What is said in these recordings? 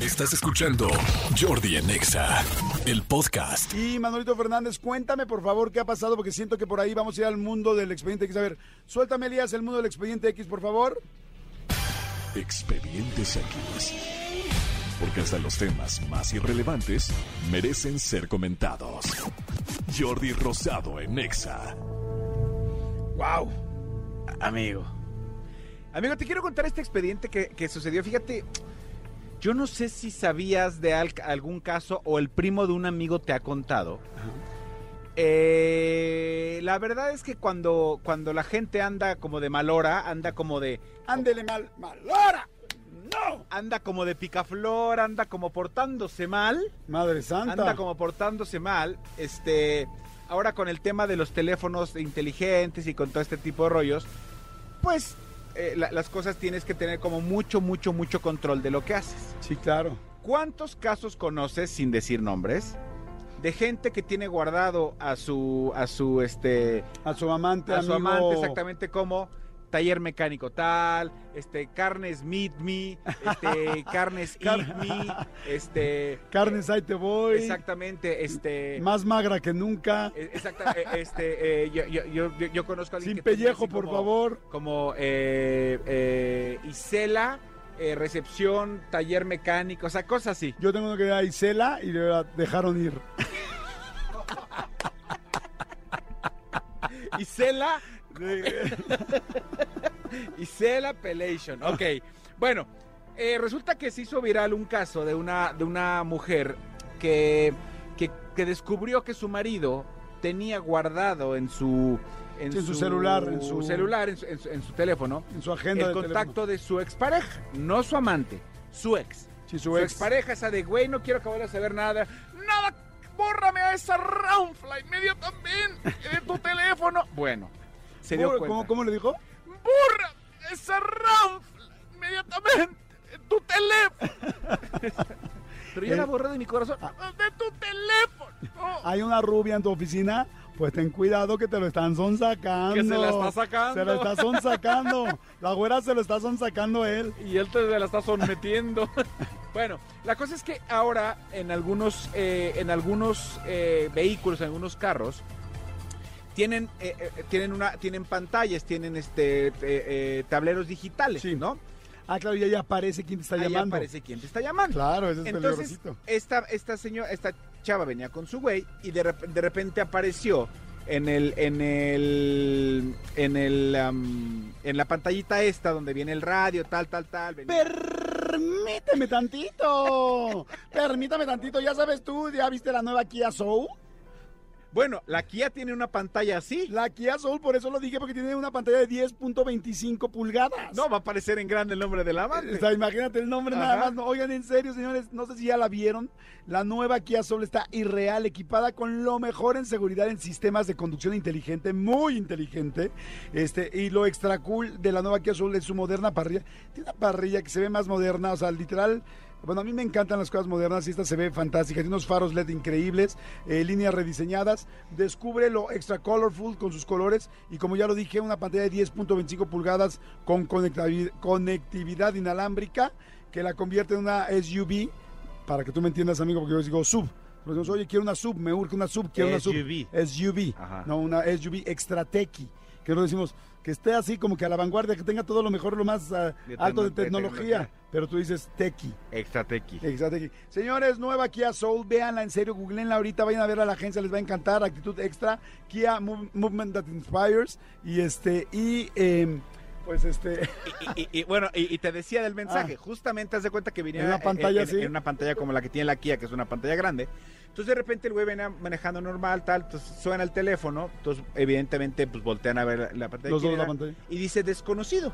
Estás escuchando Jordi en Exa, el podcast. Y Manolito Fernández, cuéntame por favor qué ha pasado, porque siento que por ahí vamos a ir al mundo del expediente X. A ver, suéltame, Elías, el mundo del expediente X, por favor. Expedientes X. Porque hasta los temas más irrelevantes merecen ser comentados. Jordi Rosado en Exa. Wow, amigo. Amigo, te quiero contar este expediente que, que sucedió. Fíjate, yo no sé si sabías de al- algún caso o el primo de un amigo te ha contado. Eh, la verdad es que cuando, cuando la gente anda como de mal hora, anda como de Ándele mal, malora. no, anda como de picaflor, anda como portándose mal, Madre Santa. anda como portándose mal, este, ahora con el tema de los teléfonos inteligentes y con todo este tipo de rollos, pues eh, la- las cosas tienes que tener como mucho, mucho, mucho control de lo que haces. Sí, claro. ¿Cuántos casos conoces, sin decir nombres, de gente que tiene guardado a su, a su, este, A su amante, a su amigo. amante exactamente como taller mecánico tal, este, carnes meet me, este, carnes eat me, este, Carnes, ahí te voy. exactamente, este, Más magra que nunca. eh, exacta- eh, este, eh, yo, yo- yo- yo- yo conozco a alguien Sin que tenía pellejo, así por como- favor. como eh, eh, Isela, eh, recepción, taller mecánico, o sea, cosas así. Yo tengo uno que era Isela y la dejaron ir. Isela. Isela Pelation. Ok. Ah. Bueno, eh, resulta que se hizo viral un caso de una, de una mujer que, que, que descubrió que su marido tenía guardado en su. Sí, en su celular, en En su- su celular, en su, en su- en su teléfono. En su agenda El de contacto de su expareja, no su amante, su ex. teléfono. Sí, Su, expareja, esa de güey, no quiero acabar de saber nada. Nada, bórrame a esa roundfly inmediatamente de tu teléfono. Bueno, se dio ¿Cómo- cuenta. ¿Cómo, cómo le dijo? ¡Borra esa roundfly inmediatamente de tu teléfono! Pero yo Eh, la borré de mi corazón. ¡De tu teléfono! Hay una rubia en tu oficina, pues ten cuidado que te lo están sonsacando. Que Ah, se la está sacando. Se lo está sonsacando. La güera se lo está sonsacando a él. y él te la está sometiendo. bueno, la cosa es que ahora en algunos, eh, en algunos eh, vehículos, en algunos carros, tienen, eh, eh, tienen, una, tienen pantallas, tienen este, eh, eh, tableros digitales, Sí. ¿no? Ah, claro, y ahí aparece quien te está Ahí llamando. aparece quien te está llamando. Claro, ese es Entonces, peligrosito. esta, esta señora, esta chava venía con su güey y de, rep- de repente apareció en el, en el, en el, am, en la pantallita esta donde viene el radio, tal, tal, tal. venía- Permíteme tantito. Permítame tantito. Ya sabes tú, ya viste la nueva Kia Soul. Bueno, la Kia tiene una pantalla así. La Kia Soul, por eso lo dije, porque tiene una pantalla de 10.25 pulgadas. No va a aparecer en grande el nombre de la O amante. sea, imagínate el nombre nada Ajá. más. No, Oigan, en serio, señores, no sé si ya la vieron. La nueva Kia Soul está irreal, equipada con lo mejor en seguridad en sistemas de conducción inteligente, muy inteligente. Este, y lo extra cool de la nueva Kia Soul es su moderna parrilla. Tiene una parrilla que se ve más moderna, o sea, literal. Bueno, a mí me encantan las cosas modernas y esta se ve fantástica. Tiene unos faros LED increíbles, eh, líneas rediseñadas. Descubre lo extra colorful con sus colores y como ya lo dije, una pantalla de 10.25 pulgadas con conectavi- conectividad inalámbrica que la convierte en una SUV. Para que tú me entiendas, amigo, porque yo les digo sub. Pero decimos, oye, quiero una sub, me urge una sub, quiero SUV. una sub. SUV. Ajá. No, una SUV extra tequi. Que lo decimos, que esté así como que a la vanguardia, que tenga todo lo mejor, lo más ah, De alto de tecno- de tecnología. tecnología. Pero tú dices tequi. Extratequi. Exacto. Señores, nueva Kia Soul, véanla en serio, googleenla ahorita, vayan a ver a la agencia, les va a encantar, actitud extra, Kia Mov- Movement That Inspires, y este, y em, pues este, Y, y- y, bueno, y, y te decía del mensaje, Ah. justamente haz de cuenta que venía En una pantalla en, así. en una pantalla como la que tiene la Kia, que es una pantalla grande. Entonces de repente el güey venía manejando normal, tal, entonces suena el teléfono, entonces evidentemente pues voltean a ver la, la pantalla. de los quién dos la era. pantalla. y dice desconocido.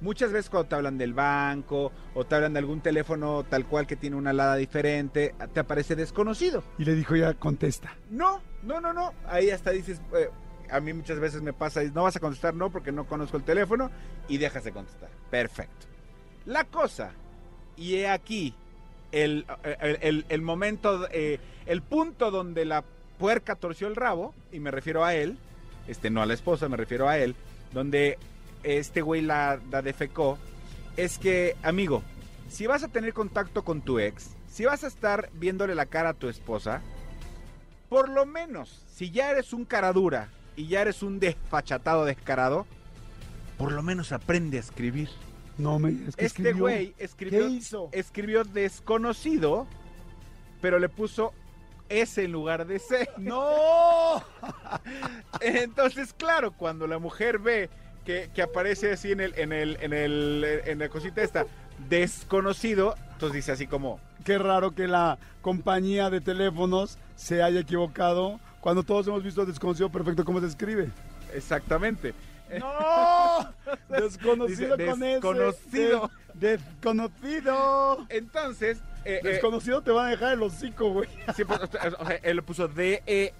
Muchas veces cuando te hablan del banco o te hablan de algún teléfono tal cual que tiene una alada diferente, te aparece desconocido. Y le dijo ya, contesta. No, no, no, no. Ahí hasta dices, eh, a mí muchas veces me pasa, no vas a contestar, no, porque no conozco el teléfono y dejas de contestar. Perfecto. La cosa, y he aquí el, el- el- el momento, eh, el punto donde la puerca torció el rabo, y me refiero a él, este, no a la esposa, me refiero a él, donde este güey la, la defecó, es que, amigo, si vas a tener contacto con tu ex, si vas a estar viéndole la cara a tu esposa, por lo menos, si ya eres un cara dura y ya eres un desfachatado descarado, por lo menos aprende a escribir. No me digas que este escribió. güey ¿Qué escribió, eh, hizo? escribió desconocido, pero le puso S en lugar de C. ¡No! Entonces, claro, cuando la mujer ve que, que aparece así en el, en el, en el, en la cosita esta, desconocido, entonces dice así como, Qué raro que la compañía de teléfonos se haya equivocado cuando todos hemos visto desconocido perfecto cómo se escribe. exactamente. ¡No! Desconocido Dice, con desconocido. ese. de- desconocido. Entonces, eh, eh, Desconocido te van a dejar el hocico, güey. sí, pues, o sea, o sea, él le puso E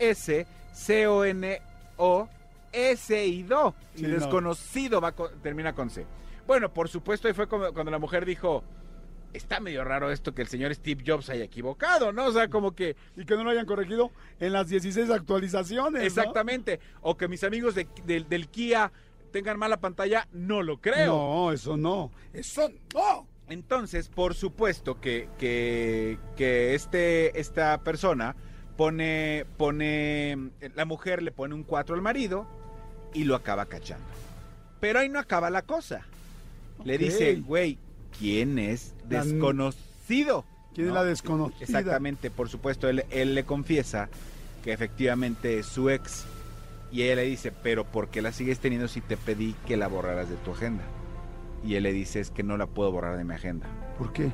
D-E-S-C-O-N-O-S y do. Sí, y no. desconocido va con- termina con C. Bueno, por supuesto, ahí fue como- cuando la mujer dijo, está medio raro esto que el señor Steve Jobs haya equivocado, ¿no? O sea, como que... Y que no lo hayan corregido en las 16 actualizaciones. ¿no? Exactamente. O que mis amigos de- del- del Kia tengan mala pantalla, no lo creo. No, eso no. Eso no. Entonces, por supuesto que, que, que este, esta persona pone, pone, la mujer le pone un 4 al marido y lo acaba cachando. Pero ahí no acaba la cosa. Le Ok. dice, güey, ¿quién es La- desconocido? ¿Quién es No, la desconocida? Exactamente, por supuesto, él, él le confiesa que efectivamente es su ex. Y ella le dice, pero ¿por qué la sigues teniendo si te pedí que la borraras de tu agenda? Y él le dice, es que no la puedo borrar de mi agenda, ¿Por qué?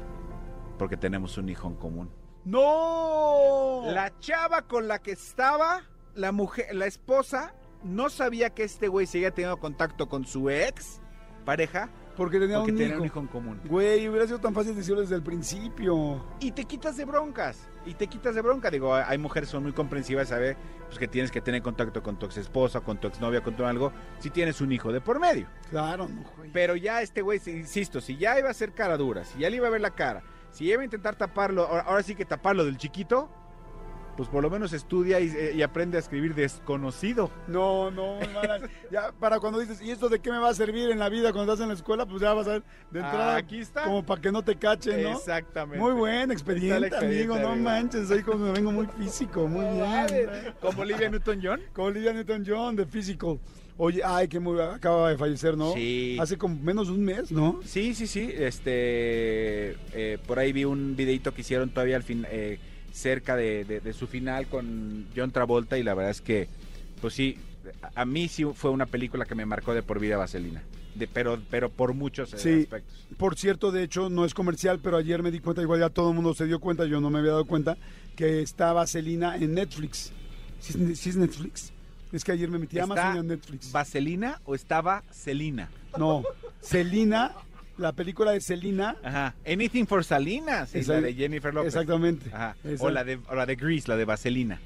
porque tenemos un hijo en común. ¡No! La chava con la que estaba, la mujer, la esposa, no sabía que este güey seguía teniendo contacto con su ex pareja, Porque tenía porque un tenía hijo. un hijo en común. Güey, hubiera sido tan fácil decirlo desde el principio. y te quitas de broncas. Y te quitas de bronca. Digo, hay hay mujeres que son muy comprensivas, ¿sabes? Pues que tienes que tener contacto con tu ex esposa, con tu exnovia, con tu algo, si tienes un hijo de por medio. Claro, no, güey. Pero ya este güey, si- insisto, si ya iba a ser cara dura, si ya le iba a ver la cara, si iba a intentar taparlo, ahora, ahora sí que taparlo del chiquito, pues por lo menos estudia y, eh, y aprende a escribir desconocido. No, no, hermana. ya para cuando dices, ¿y esto de qué me va a servir en la vida cuando estás en la escuela? Pues ya vas a ver de entrada Ah, aquí está. como para que no te cachen, ¿no? Exactamente. Muy buen expediente, Está el expediente, amigo, no amigo. manches, soy como me vengo muy físico, muy bien. Como Olivia Newton-John. Como Olivia Newton-John de Physical. Oye, ay, que muy, acaba de fallecer, ¿no? Sí. Hace como menos de un mes, ¿no? Sí, sí, sí. Este, eh, por ahí vi un videito que hicieron todavía al fin, eh, cerca de, de- de su final con John Travolta y la verdad es que, pues sí, a a mí sí fue una película que me marcó de por vida Vaselina, de, pero, pero por muchos eh, Sí. aspectos. Por cierto, de hecho, no es comercial, pero ayer me di cuenta, igual ya todo el mundo se dio cuenta, yo no me había dado cuenta, que está Vaselina en Netflix. ¿Sí es, ne- sí es Netflix? Es que ayer me metí a Está Amazon y a Netflix. ¿Vaselina o estaba Selina? No, Selina, la película de Selina, Ajá. Anything for Salinas, sí, Esa- la de Jennifer López. exactamente. Ajá. Esa. O la de, o la de Grease, la de Vaselina.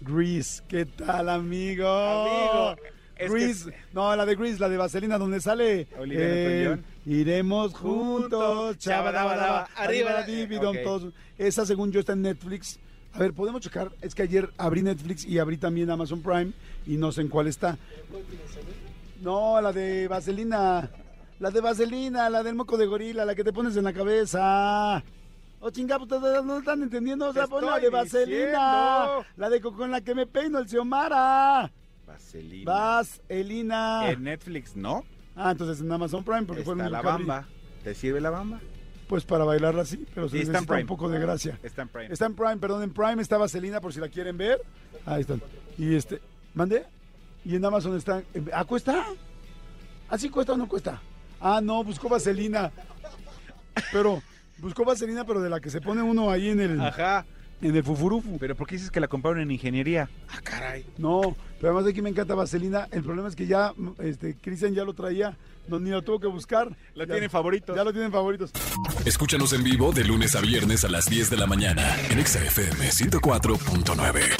Grease, ¿qué tal, amigo? es Grease, que- no, la de Grease, la de Vaselina, donde sale. Olivia eh, Newton-John. iremos juntos, chabadabadaba, Arriba, arriba, dividom, ok. todos. Esa, según yo, está en Netflix. A ver, podemos checar. Es que ayer abrí Netflix y abrí también Amazon Prime y no sé en cuál está. No, la de Vaselina. La de Vaselina, la del moco de gorila, la que te pones en la cabeza. Oh, chingados, no están entendiendo. O sea, Te pon la de estoy Vaselina. diciendo. La de co- con la que me peino, el Xiomara. Vaselina. Vas, Elina. En Netflix, ¿no? Ah, entonces en Amazon Prime, porque fue el Está único la que abrí. bamba. ¿Te sirve la bamba? Pues para bailarla sí, pero se Sí, está en necesita un Prime. poco de gracia. Está en Prime. Está en Prime, perdón, en Prime está Vaselina por si la quieren ver. Ahí están. Y este, mandé. Y en Amazon está. ¿Ah, cuesta? ¿Así cuesta o no cuesta? Ah, no, buscó Vaselina. Pero, buscó Vaselina, pero de la que se pone uno ahí en el, Ajá. en el fufurufu. Pero ¿por qué dices que la compraron en ingeniería? Ah, caray. No, pero además de aquí me encanta Vaselina. El problema es que ya, este, Cristian ya lo traía, no, ni lo tuvo que buscar. Lo Ya- tienen favoritos. Ya lo tienen favoritos. Escúchanos en vivo de lunes a viernes a las 10 de la mañana en Exa FM 104.9.